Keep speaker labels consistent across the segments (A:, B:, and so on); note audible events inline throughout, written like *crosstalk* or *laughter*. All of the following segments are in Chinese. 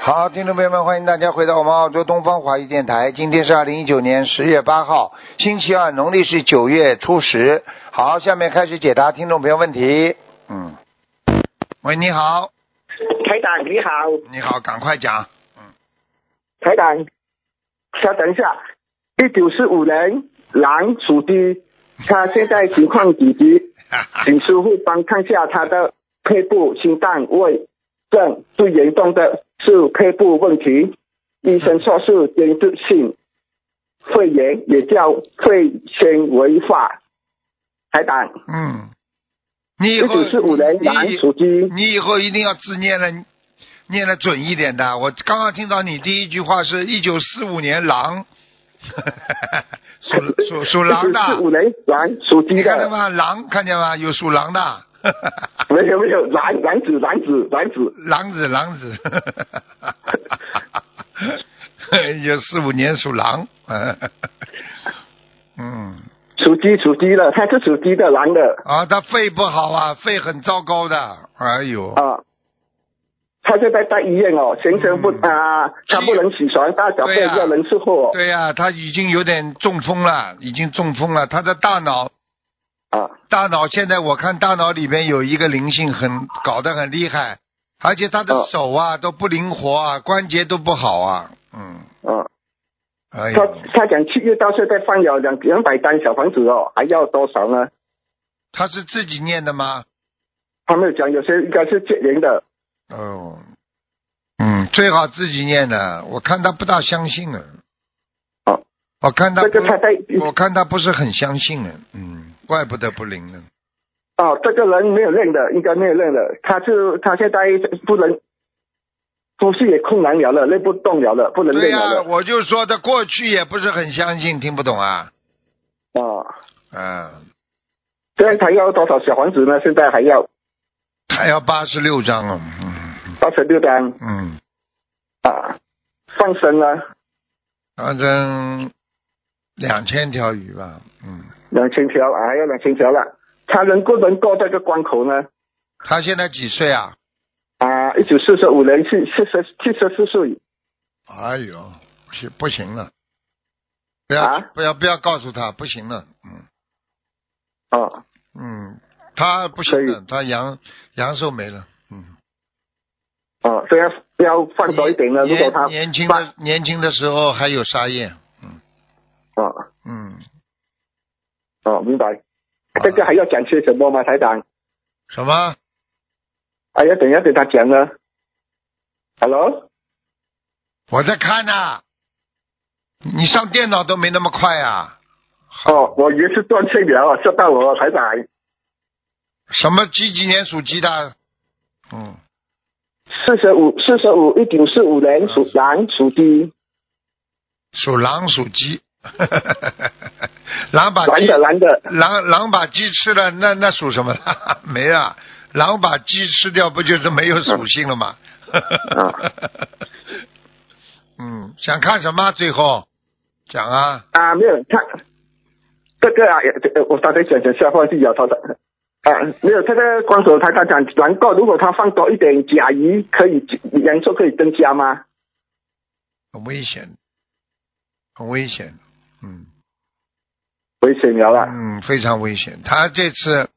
A: 好，听众朋友们，欢迎大家回到我们澳洲东方华语电台。今天是二零一九年十月八号，星期二，农历是九月初十。好，下面开始解答听众朋友问题。嗯，喂，你好，
B: 台长你好，
A: 你好，赶快讲。 *laughs*
B: 台长，稍等一下，一九四五年男属鸡，他现在情况紧急，请师傅帮看下他的肺部、心脏、胃症，最严重的是肺部问题，医生说是间质性肺炎，也叫肺纤维化。台长，
A: 嗯，你以
B: 一
A: 后
B: 九四五年
A: 你
B: 男属鸡，
A: 你以后一定要字念了，念的准一点的。我刚刚听到你第一句话是一九四五年狼， *laughs* 属属属狼
B: 一九四五
A: 的，
B: 年男属鸡
A: 你看见
B: 的，
A: 吗？狼看见吗？有属狼的， *laughs*
B: 没有没有，男男子男子男子，
A: 狼子狼子， *laughs* 一九四五年属狼， *laughs* 嗯，
B: 属鸡属鸡的，他是属鸡的男的。
A: 啊，他肺不好啊，肺很糟糕的，哎呦，
B: 啊，他现在在医院哦，全身不
A: 嗯
B: 啊、他不能起床，大小
A: 对
B: 便
A: 呀
B: 要能吃货
A: 对呀、他已经有点中风了，已经中风了，他的大脑
B: 啊
A: 大脑现在我看大脑里面有一个灵性很搞得很厉害，而且他的
B: 哦
A: 手啊、都不灵活啊，关节都不好啊，嗯，
B: 啊。
A: 哎
B: 他
A: 呦，
B: 他讲七月到现在放了两两百单小房子哦，还要多少呢？
A: 他是自己念的吗？
B: 他没有讲，有些应该是结缘的
A: 哦，嗯，最好自己念的，我看他不大相信啊，
B: 哦。
A: 我看他
B: 这个
A: 不
B: 他在
A: 我看他不是很相信啊，嗯，怪不得不灵呢。
B: 哦，这个人没有练的，应该没有练的。他是他现在不能，呼吸也困难了了，练不动了了，不能
A: 对
B: 练
A: 呀、
B: 了了。
A: 我就说他过去也不是很相信，听不懂啊，
B: 啊，
A: 嗯，
B: 这样还要多少小房子呢？现在还要
A: 还要八十六章啊，嗯
B: 八十六单
A: 嗯。
B: 啊，放生呢？
A: 反正两千条鱼吧，嗯，
B: 两千条，啊，要两千条了。他能不能过这个关口呢？
A: 他现在几岁啊？
B: 啊，一九四十五年是四十七十四岁
A: 哎呦，不行不行了，不要、
B: 啊
A: 不要不要告诉他，不行了，嗯
B: 哦，
A: 嗯，他不行了，他阳阳寿没了，嗯，
B: 哦，所以要要放多一点呢。如
A: 年
B: 果他
A: 年轻的年轻的时候还有沙叶，
B: 哦
A: 嗯，
B: 哦，明白。这个还要讲些什么吗，台长？
A: 什么？
B: 还要怎样给他讲呢？Hello，
A: 我在看呐、你上电脑都没那么快啊，
B: 哦，我也是断线了，吓啊到我台长。
A: 什么几几年属鸡的？嗯，
B: 四十五，四十五，一九四五年属男属鸡，
A: 属狼属鸡， *laughs* 狼把
B: 男
A: 鸡
B: 的男的，
A: 狼狼把鸡吃了，那那属什么 *laughs* 了？没啊，狼把鸡吃掉不就是没有属性了吗？ *laughs* 嗯，想看什么？最后讲啊，
B: 啊，没有他这个啊，也呃我刚才讲讲笑话是有他的啊，没有这个光头他他讲难过，如果他放多一点甲鱼，可以人数可以增加吗？
A: 很危险，很危险，嗯
B: 危险了啦！
A: 嗯，非常危险。他这次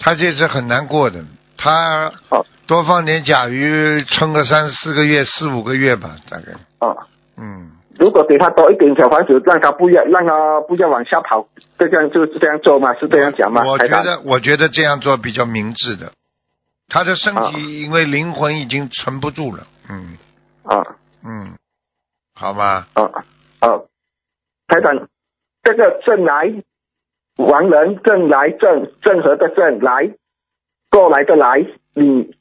A: 他这次很难过的，他
B: 哦
A: 多放点甲鱼，撑个三四个月、四五个月吧，大概，
B: 哦，
A: 嗯。
B: 如果给他多一点小房子，让他不要让他不要往下跑，这样就这样做嘛，是这样讲吗？
A: 我
B: 台
A: 觉
B: 长
A: 得，我觉得这样做比较明智的。他的身
B: 啊
A: 体因为灵魂已经沉不住了，嗯
B: 啊
A: 嗯，好吧，
B: 啊啊！台长，这个正来王人正来正正和的正来过来的来，你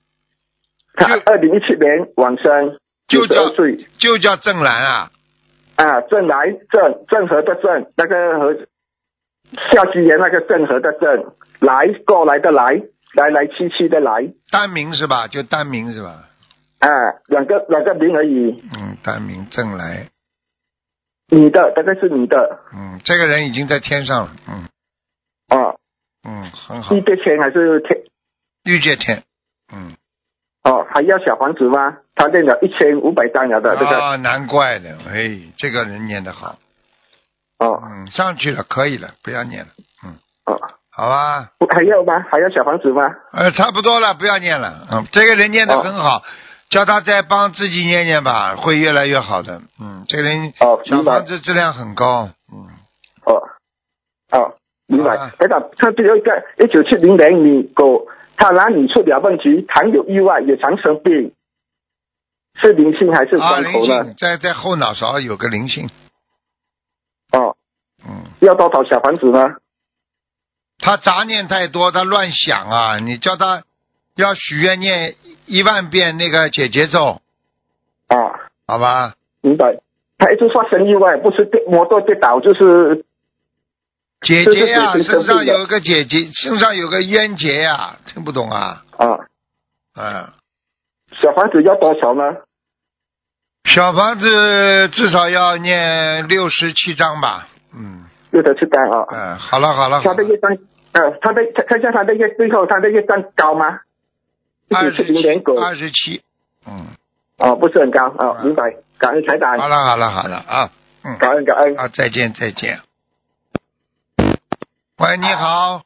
B: 他
A: 就
B: 二零一七年晚生，
A: 就
B: 十
A: 叫
B: 二岁
A: 就叫郑兰啊，
B: 啊，正来正正和的正，那个和夏季言那个正和的正来过来的来，来来去去的来
A: 单名是吧？就单名是吧？
B: 啊，两个两个名而已，
A: 嗯，单名郑来，
B: 你的这个是你的
A: 嗯，这个人已经在天上了，嗯
B: 啊，
A: 嗯，很好
B: 一，个天还是天
A: 玉界天，嗯，
B: 哦，还要小房子吗？他练了一千五百张了的这个。
A: 啊，难怪的，哎，这个人念得好，
B: 哦
A: 嗯，上去了，可以了，不要念了，嗯，
B: 哦，
A: 好吧，
B: 还要吗？还要小房子吗？
A: 呃，差不多了，不要念了，嗯，这个人念得很
B: 哦
A: 好，叫他再帮自己念念吧，会越来越好的，嗯，这个人
B: 哦，
A: 小
B: 明白
A: 房。子质量很高，嗯，
B: 哦，哦，明白
A: 好啊。
B: 台长，他最后一个，一九七零年，你狗它哪里出了问题？常有意外，也常生病，是灵性还是
A: 啊，
B: 关
A: 灵
B: 头呢
A: 性？在在后脑勺有个灵性，
B: 哦，
A: 嗯，
B: 要多少小房子呢？
A: 他杂念太多，他乱想啊，你叫他要许愿念一万遍那个解结咒，
B: 啊，
A: 好吧？
B: 明白。他一直发生意外，不是跌摩托跌倒，就是
A: 姐
B: 这是
A: 姐呀、
B: 解结咒
A: 身上
B: 是的
A: 有个姐姐，身上有个冤结呀、听不懂啊？
B: 啊，
A: 嗯，
B: 小房子要多少呢？
A: 小房子至少要念六十七章吧。嗯
B: 有的是干啊。
A: 嗯，好了好了，
B: 他的业障，呃，他的看看一下他的业最后他的业障高吗？一
A: 二
B: 九
A: 十
B: 七零年
A: 七
B: 狗
A: 二十七，嗯，
B: 哦，不是很高啊、哦
A: 啊
B: 明白。感恩财长，
A: 好了好了好了啊，嗯
B: 感恩感恩。
A: 啊，再见再见。喂，你好，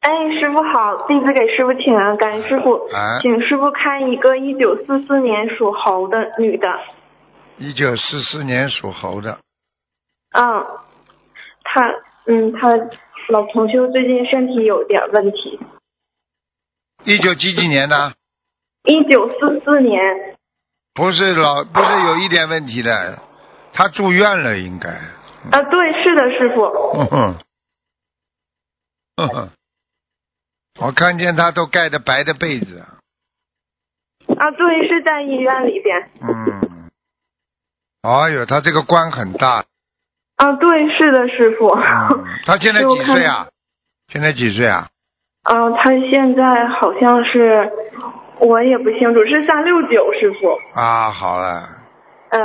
C: 哎，师傅好，弟子给师傅请安，感恩师傅，
A: 哎
C: 请师傅看一个一九四四年属猴的女的，
A: 一九四四年属猴的，
C: 嗯，她，嗯，她老同修最近身体有点问题，
A: 一九几几年的？
C: 一九四四年，
A: 不是老不是有一点问题的，他住院了应该。 *laughs*
C: 啊，对，是的，师傅，
A: 嗯哼，嗯哼，我看见他都盖着白的被子。
C: 啊，对，是在医院里边，
A: 嗯，哎呦，他这个官很
C: *laughs*
A: 大。
C: 啊，对，是的，师傅，
A: 嗯
C: 嗯，
A: 他现在几岁啊？现在几岁啊？
C: 她现在好像是，我也不清楚，是三六九，师傅，
A: 啊，好了，
C: 嗯，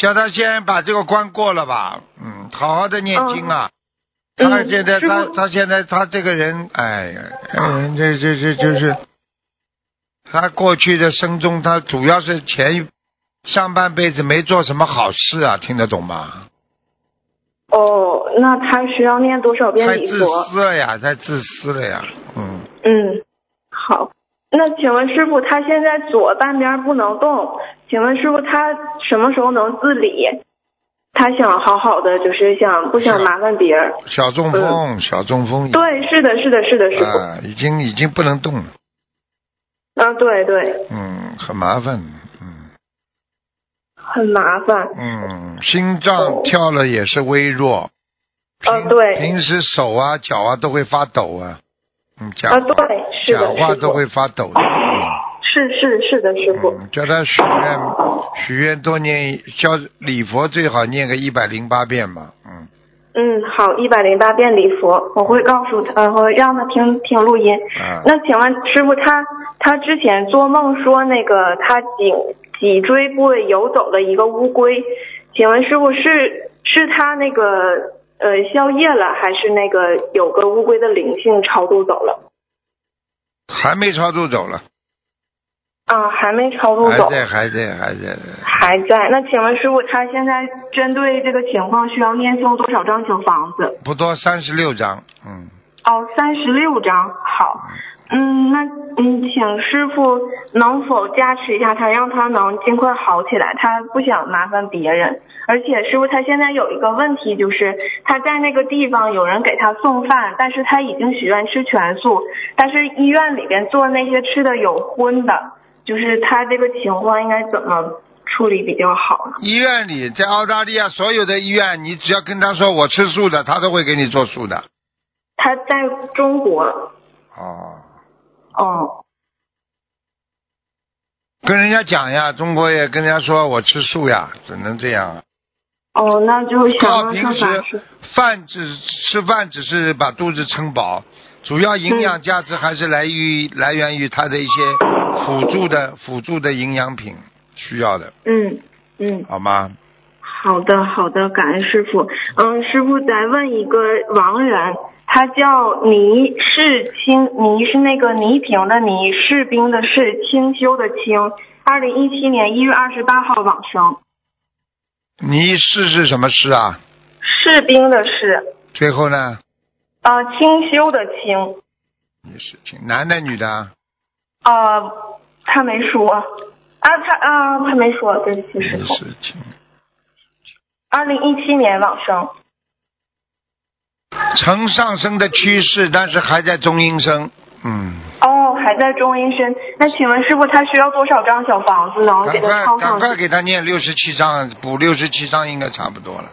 A: 叫他先把这个关过了吧。嗯，好好的念经啊。
C: 嗯
A: 他现在
C: 师
A: 他
C: 父
A: 他现在他这个人，哎呀，嗯，这这这就是他过去的生中，他主要是前一上半辈子没做什么好事啊，听得懂吗？
C: 哦，那她需要念多少遍
A: 太
C: 礼
A: 自
C: 佛？
A: 私了呀，太自私了呀，嗯，
C: 嗯，好。那请问师傅，他现在左半边不能动，请问师傅他什么时候能自理？他想好好的，就是想不想麻烦别人？
A: 小中
C: 嗯
A: 风，小中风，
C: 对，是的，是的，是的，师傅。
A: 啊，已经已经不能动了，
C: 啊，对对，
A: 嗯，很麻烦，嗯
C: 很麻烦。
A: 嗯，心脏跳了也是微弱，
C: 啊，
A: 平
C: 对，
A: 平时手啊脚啊都会发抖啊，嗯，讲
C: 啊，
A: 话
C: 对，是
A: 讲
C: 的，
A: 话
C: 师
A: 都
C: 傅。
A: 会发抖的。
C: 是是是的，师傅。
A: 嗯，叫他许愿，许愿多念，叫礼佛最好念个一百零八遍吧。嗯，
C: 嗯，好，一百零八遍礼佛，我会告诉他，呃我会让他听听录音。
A: 啊，
C: 那请问师傅，他他之前做梦说那个他颈脊椎部位游走了一个乌龟，请问师傅是是他那个呃宵夜了，还是那个有个乌龟的灵性超度走了？
A: 还没超度走了，
C: 啊，还没超度
A: 还
C: 走，
A: 在，还在，还在。
C: 还在。那请问师傅，他现在针对这个情况需要念诵多少张小房子？
A: 不多，三十六章。嗯，
C: 哦，三十六张，好。嗯，那嗯，请师傅能否加持一下他，让他能尽快好起来？他不想麻烦别人，而且师傅他现在有一个问题，就是他在那个地方有人给他送饭，但是他已经许愿吃全素，但是医院里边做那些吃的有荤的，就是他这个情况应该怎么处理比较好呢？
A: 医院里，在澳大利亚所有的医院，你只要跟他说我吃素的，他都会给你做素的。
C: 他在中国，
A: 哦，
C: 哦，
A: 跟人家讲呀，中国也跟人家说我吃素呀，只能这样啊。
C: 哦，那就
A: 靠
C: 想
A: 平
C: 让他法
A: 时
C: 师。
A: 饭只吃饭只是把肚子撑饱，主要营养价值还是来于、来源于它的一些辅助的辅助的营养品需要的，
C: 嗯嗯。
A: 好吗？
C: 好的，好的，感恩师傅。嗯，师傅再问一个亡人，他叫倪世清，倪是那个倪萍的倪，士兵的士，清修的清。二零一七年一月二十八号往生。
A: 你是是什么事啊？
C: 士兵的士，
A: 最后呢？
C: 呃，清修的清，
A: 你是男的女的啊？
C: 呃，他没说，啊，他啊，他没说，对不起，
A: 你
C: 师傅。
A: 嗯是请
C: 二零一七年往生，
A: 呈上升的趋势，但是还在中阴身。嗯，
C: 哦，还在中阴身。那请问师傅，他需要多少张小房子能
A: 赶
C: 给他
A: 快
C: 抄
A: 赶
C: 上
A: 快
C: 去？
A: 给他念六十七章，补六十七章应该差不多了。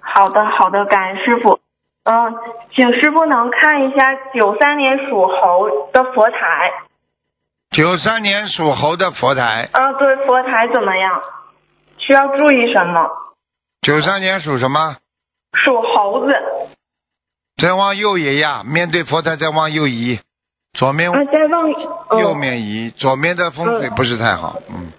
C: 好的，好的，感恩师傅。嗯，请师傅能看一下九三年属猴的佛台。
A: 九三年属猴的佛台，
C: 啊，对，佛台怎么样？需要注意什么？
A: 九三年属什么？
C: 属猴子。
A: 再往右移呀，面对佛台再往右移，左面
C: 啊，在望
A: 右
C: 嗯
A: 面移，左面的风水不是太好。嗯，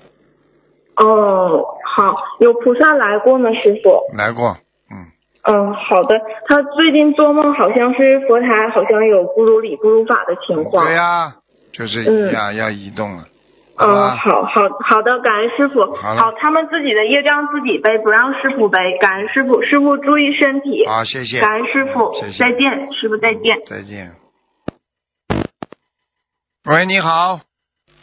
C: 哦，好，有菩萨来过吗，师傅？
A: 来过。嗯，
C: 嗯，好的。他最近做梦好像是佛台好像有不如理不如法的情况。
A: 对呀、就是移呀，要移动了，好
C: 嗯，
A: 吧？
C: 好好好的，感恩师傅。
A: 好了
C: 他们自己的业障自己背，不让师傅背。感恩师傅，师傅注意身体。
A: 好，谢谢，
C: 感恩师傅，
A: 谢谢
C: 再见，师傅再见。
A: 再见。喂，你好，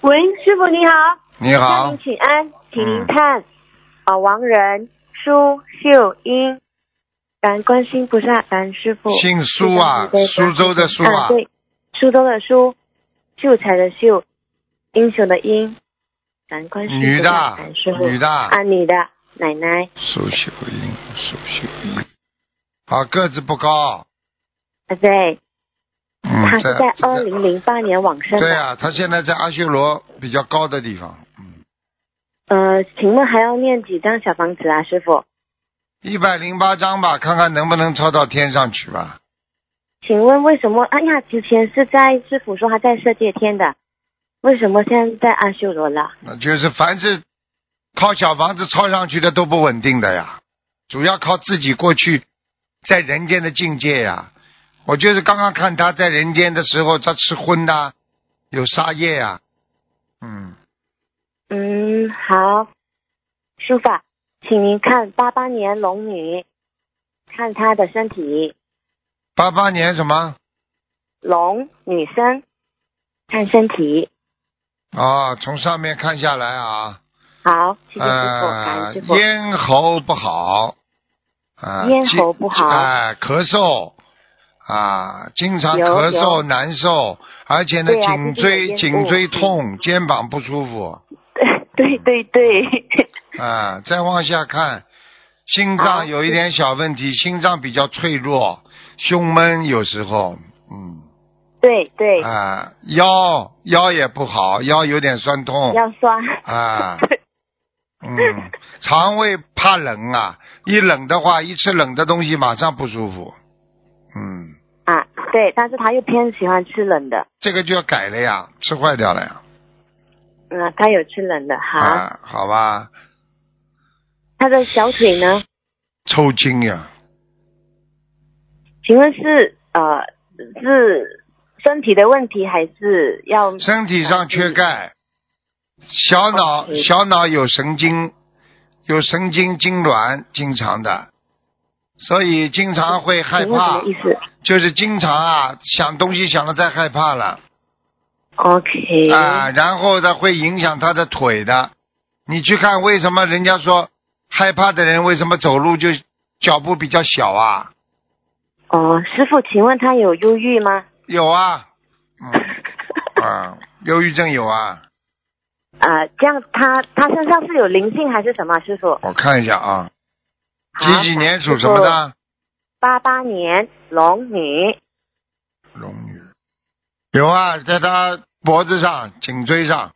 D: 喂，师傅你好，
A: 你
D: 向
A: 好
D: 您，请安，请
A: 嗯
D: 您看，啊、王仁、苏秀英，感恩观世音菩萨，感恩师傅，
A: 姓苏啊，
D: 非常
A: 苏州的苏
D: 感恩
A: 啊，
D: 嗯对，苏州的苏，秀才的秀，英雄的英，感恩观世音
A: 女
D: 菩萨，
A: 的
D: 感恩师，傅，
A: 女的，
D: 啊，女的奶奶，
A: 苏秀英，苏秀英，啊，个子不高，
D: 啊对，
A: 嗯，
D: 她是在
A: 这
D: 二零零八年往生
A: 对
D: 的，
A: 啊，他现在在阿修罗比较高的地方，嗯，
D: 呃，请问还要念几张小房子啊，师傅？
A: 一百零八章吧，看看能不能超到天上去吧。
D: 请问为什么？哎呀，之前是在师傅说他在色界天的，为什么现在在阿修罗了？
A: 那啊就是凡是靠小房子超上去的都不稳定的呀，主要靠自己过去在人间的境界呀。我就是刚刚看他在人间的时候，他吃荤的啊，有杀业呀，嗯，
D: 嗯，好，书法，请您看八八年龙女，看她的身体，
A: 八八年什么？
D: 龙女生，看身体。
A: 啊，从上面看下来啊，
D: 好，谢谢师傅，感
A: 呃
D: 恩师，傅。
A: 咽喉不好，啊，
D: 咽
A: 经
D: 喉不好
A: 哎、咳嗽，啊，经常
D: 有
A: 咳
D: 有
A: 嗽难受，而且呢，
D: 对啊
A: 颈
D: 最近有
A: 椎
D: 点
A: 颈椎
D: 痛
A: 痛，肩膀不舒服，
D: *laughs* 对对对， *laughs*
A: 啊，再往下看，心脏
D: 好
A: 有一点小问题，心脏比较脆弱，胸闷有时候，嗯，
D: 对对，
A: 啊，腰腰也不好，腰有点酸痛，
D: 要刷。
A: 哦啊，嗯，肠胃怕冷啊，一冷的话，一吃冷的东西马上不舒服。嗯，
D: *laughs* 啊，对，但是他又偏喜欢吃冷的，
A: 这个就要改了呀，吃坏掉了呀。
D: 嗯，他有吃冷的，好，
A: 啊，好吧，
D: 他的小腿呢？
A: 抽筋呀，
D: 请问是呃是身体的问题，还是要
A: 身体上缺钙，小脑
D: 嗯
A: 小脑有神经，有神经痉挛，经常的，所以经常会害
D: 请问什
A: 怕
D: 么，意思
A: 就是经常啊想东西想的太害怕了。
D: ？OK，、
A: 啊，然后呢会影响他的腿的。你去看为什么人家说害怕的人为什么走路就脚步比较小啊？
D: 哦，师傅，请问他有忧郁吗？
A: 有啊，嗯啊，忧郁症有啊。
D: *laughs* 啊，这样他他身上是有灵性还是什么？师傅，
A: 我看一下啊，
D: 好
A: 几几年属什么？的？
D: 八八年龙女。
A: 龙女。有啊，在他脖子上、颈椎上，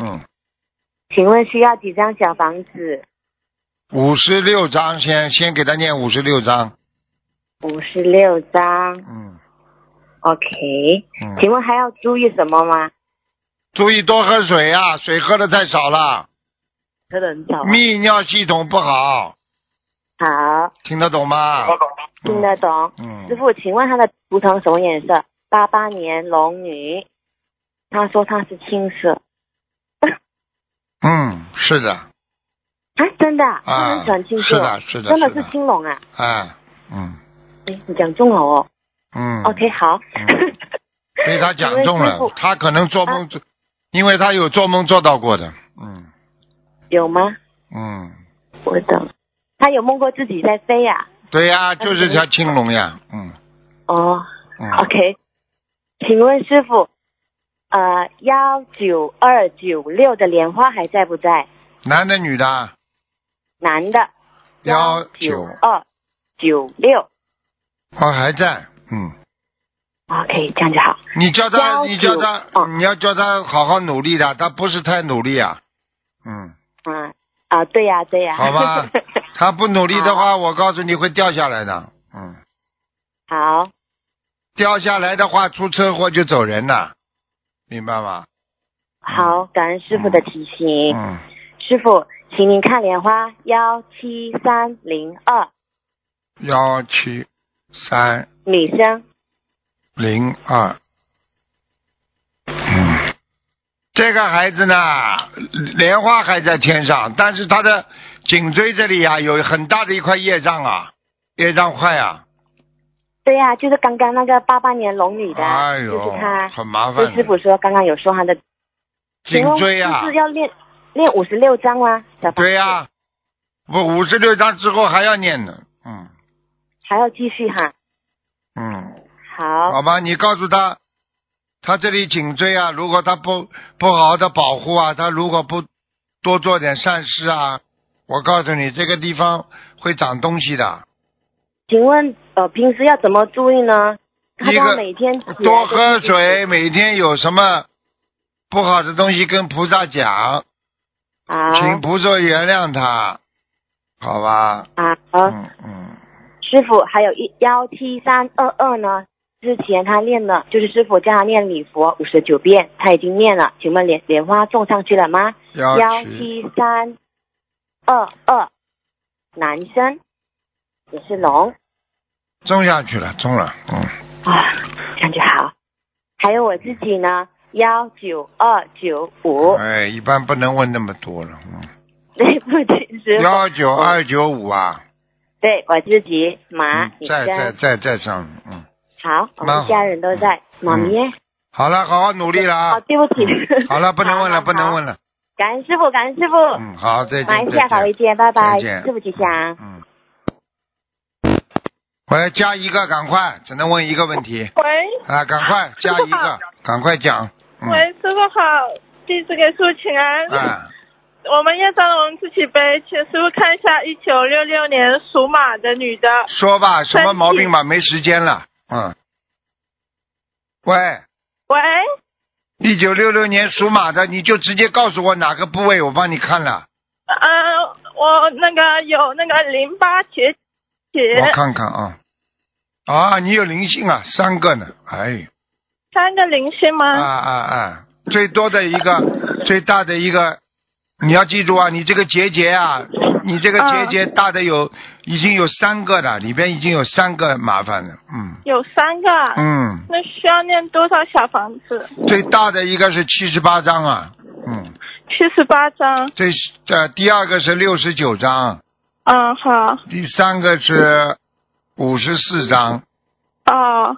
A: 嗯，
D: 请问需要几张小房子？
A: 五十六章先先给他念五十六章，
D: 五十六张
A: 嗯
D: ，OK。
A: 嗯，
D: 请问还要注意什么吗？
A: 注意多喝水啊，水喝的太少了，
D: 喝的很少啊。
A: 泌尿系统不好，
D: 好，
A: 听得懂吗？嗯
D: 听得懂。
A: 嗯
D: 师，傅，请问他的图腾什么颜色？八八年龙女，他说他是青色。
A: 嗯，是的，
D: 啊，真的啊，他
A: 啊
D: 很喜欢青，
A: 是
D: 色，
A: 的，是的，
D: 真的
A: 是
D: 青龙啊！
A: 哎，嗯
D: 哎，你讲中了哦。
A: 嗯
D: OK，好。
A: 嗯被他讲中
D: 请问师啊
A: 了
D: 傅，
A: 他可能做梦做，因为他有做梦做到过的，嗯
D: 有吗？
A: 嗯，
D: 我等。他有梦过自己在飞啊呀、
A: 对呀，
D: 嗯
A: 就是条青龙呀，嗯
D: 哦、
A: 嗯，
D: o k 请问师傅，呃，幺九二九六的莲花还在不在？
A: 男的女的，
D: 男的。
A: 幺
D: 九
A: 九，
D: 二九六。
A: 哦还在，嗯，
D: OK，这样啊就好。
A: 你叫他，
D: 19
A: 你叫他，
D: 哦
A: 你要叫他好好努力的，他不是太努力啊，嗯，
D: 嗯啊，对呀、对呀、
A: 好吧他不努力的
D: 啊
A: 话，我告诉你会掉下来的，嗯，
D: *laughs* 好，
A: 掉下来的话出车祸就走人了，明白吗？
D: 好，感恩师傅的提醒。
A: 嗯，
D: 师傅，请您看莲花幺七三零二
A: 幺七三
D: 女生，
A: 零二。嗯，这个孩子呢，莲花还在天上，但是他的颈椎这里啊，有很大的一块业障啊，业障块啊。
D: 对呀、就是刚刚那个八八年龙女的，
A: 哎呦，
D: 就是她。
A: 很麻
D: 就
A: 烦
D: 师
A: 的。
D: 傅说刚刚有说她的
A: 颈椎啊
D: 请问，就是要练练五十六章吗？小房
A: 对呀、我五十六章之后还要念呢。嗯
D: 还要继续哈。
A: 嗯，
D: 好，
A: 好吧，你告诉他，他这里颈椎啊，如果他不不好好的保护啊，他如果不多做点善事啊，我告诉你，这个地方会长东西的。
D: 请问呃平时要怎么注意呢？她
A: 一
D: 要
A: 个
D: 每天起来
A: 多
D: 都
A: 喝
D: 继续
A: 水，每天有什么不好的东西跟菩萨讲，
D: 好
A: 请菩萨原谅他，好吧？
D: 啊，
A: 嗯嗯，
D: 师傅，还有一幺七三二二呢。之前他练了，就是师傅叫他念礼佛五十九遍，他已经念了。请问莲莲花种上去了吗？
A: 幺七
D: 七三二二，男生也是龙
A: 种下去了，种了，嗯，
D: 啊，这样就好。还有我自己呢，幺九二九五，
A: 哎，一般不能问那么多了，嗯，
D: 对不起师傅，
A: 幺九二九五啊，
D: 对我自己马
A: 嗯，
D: 女
A: 再再
D: 生，
A: 再再上，嗯，
D: 好，我
A: 蛮
D: 们
A: 好
D: 家人都在，妈咪耶，
A: 好了，好好努力了
D: 哦
A: 啊，，
D: 对不起，
A: 嗯好
D: *laughs*
A: 了，不能问了，
D: 好好
A: 不能问了，
D: 感恩师傅，感恩师傅。
A: 嗯，好，再
D: 马来
A: 见，
D: 西亚法
A: 再
D: 律
A: 见，
D: 见，拜拜，
A: 再见
D: 师傅吉祥。
A: 嗯，喂，加一个，赶快，只能问一个问题。
E: 喂
A: 啊，赶快加一
E: *laughs*
A: 个，赶快讲。嗯、
E: 喂，师傅好，弟子给师傅请安。
A: 啊，
E: 我们业障我们自己背，请师傅看一下一九六六年属马的女的，
A: 说吧，什么毛病吧？没时间了。嗯。喂，
E: 喂，
A: 一九六六年属马的，你就直接告诉我哪个部位，我帮你看了，
E: 呃，我那个有那个淋巴结节，
A: 我看看啊。啊，你有灵性啊，三个呢，哎，
E: 三个零星
A: 啊
E: 吗？
A: 啊啊，最多的一个，最大的一个，你要记住啊，你这个结节啊，你这个结节
E: 嗯
A: 大的有，已经有三个了，里边已经有三个麻烦了，嗯
E: 有三个啊，
A: 嗯。
E: 那需要念多少小房子？
A: 最大的一个是七十八张啊，嗯，
E: 七十八张。
A: 最呃第二个是六十九张，
E: 嗯，好，
A: 第三个是五十四张，
E: 哦，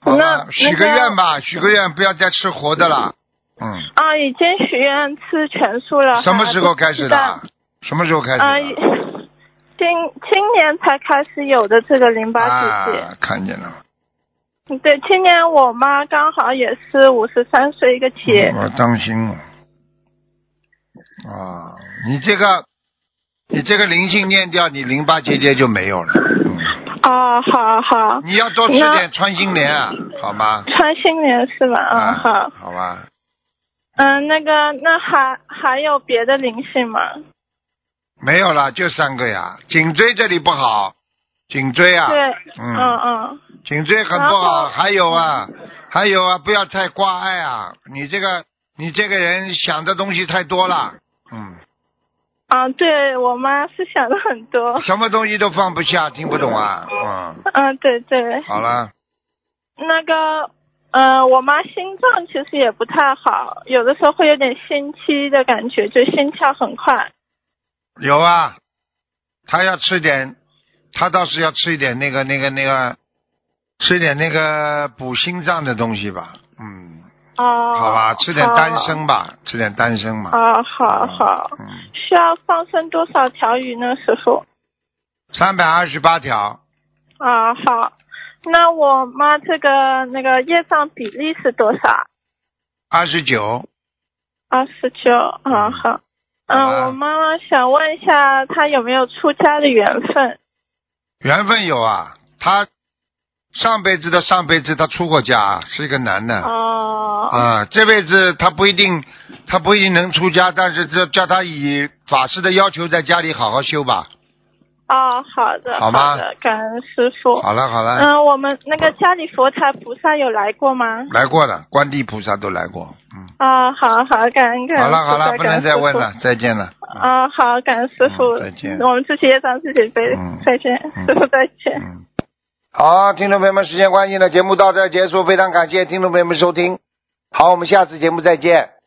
A: 好
E: 那
A: 吧，许个
E: 那个
A: 愿吧，许个愿，不要再吃活的了，嗯，
E: 啊，已经许愿吃全素了。
A: *laughs* 什么
E: 还
A: 时候开
E: *laughs*
A: 始
E: 不知道
A: 的？什么时候开始
E: 啊，
A: 的？
E: 今今年才开始有的这个淋巴结节。
A: 啊，看见了，
E: 嗯对，今年我妈刚好也是五十三岁一个姐。
A: 嗯我当心了，啊，你这个，你这个灵性念掉，你淋巴结节就没
E: *laughs*
A: 有了，嗯，
E: 哦，好好，
A: 你要多吃
E: 那
A: 点穿心莲啊，好吗？
E: 穿新年是吧？
A: 啊
E: 嗯，好。
A: 好吧，
E: 嗯，那个，那还还有别的灵性吗？
A: 没有了，就三个呀。颈椎这里不好，颈椎啊，
E: 对，
A: 嗯
E: 嗯嗯，
A: 颈椎很不
E: 然
A: 好。
E: 后
A: 还有啊，还有啊，不要太挂碍啊。你这个，你这个人想的东西太多了，嗯，
E: 啊，对我妈是想了很多。
A: 什么东西都放不下，听不懂啊，嗯，
E: 嗯，对对，
A: 好了，
E: 那个，呃，我妈心脏其实也不太好，有的时候会有点心悸的感觉，就心跳很快。
A: 有啊，他要吃点，他倒是要吃一点那个那个那个，吃一点那个补心脏的东西吧，嗯，
E: 哦、
A: 好吧，吃点丹。参吧，吃点丹参嘛，
E: 啊，好好，
A: 嗯，
E: 需要放生多少条鱼呢，师傅？
A: 三百二十八条，
E: 啊，好。那我妈这个那个业障比例是多少？
A: 二十九，
E: 二十九。啊，好。嗯、
A: 好啊
E: 我妈妈想问一下，她有没有出家的缘分？
A: 缘分有啊，他上辈子的上辈子他出过家，是一个男的。
E: 哦、
A: 啊，这辈子他不一定，他不一定能出家，但是这叫他以法师的要求在家里好好修吧。
E: 哦，好的，
A: 好
E: 好
A: 吗
E: 的，感恩师傅。
A: 好了好了，
E: 嗯、我们那个家里佛台菩萨有来过吗？
A: 来过了，观地菩萨都来过，嗯，
E: 啊，好好，感恩感恩。
A: 好了好了，不能再问
E: 了。
A: 了，再见了。
E: 啊，好，感恩师傅。
A: 嗯再见
E: 我们自己也长自己背。
A: 嗯
E: 再见，
A: 嗯
E: 师傅再见。
A: 嗯，好，听众朋友们，时间关系呢，节目到这儿结束，非常感谢听众朋友们收听，好，我们下次节目再见。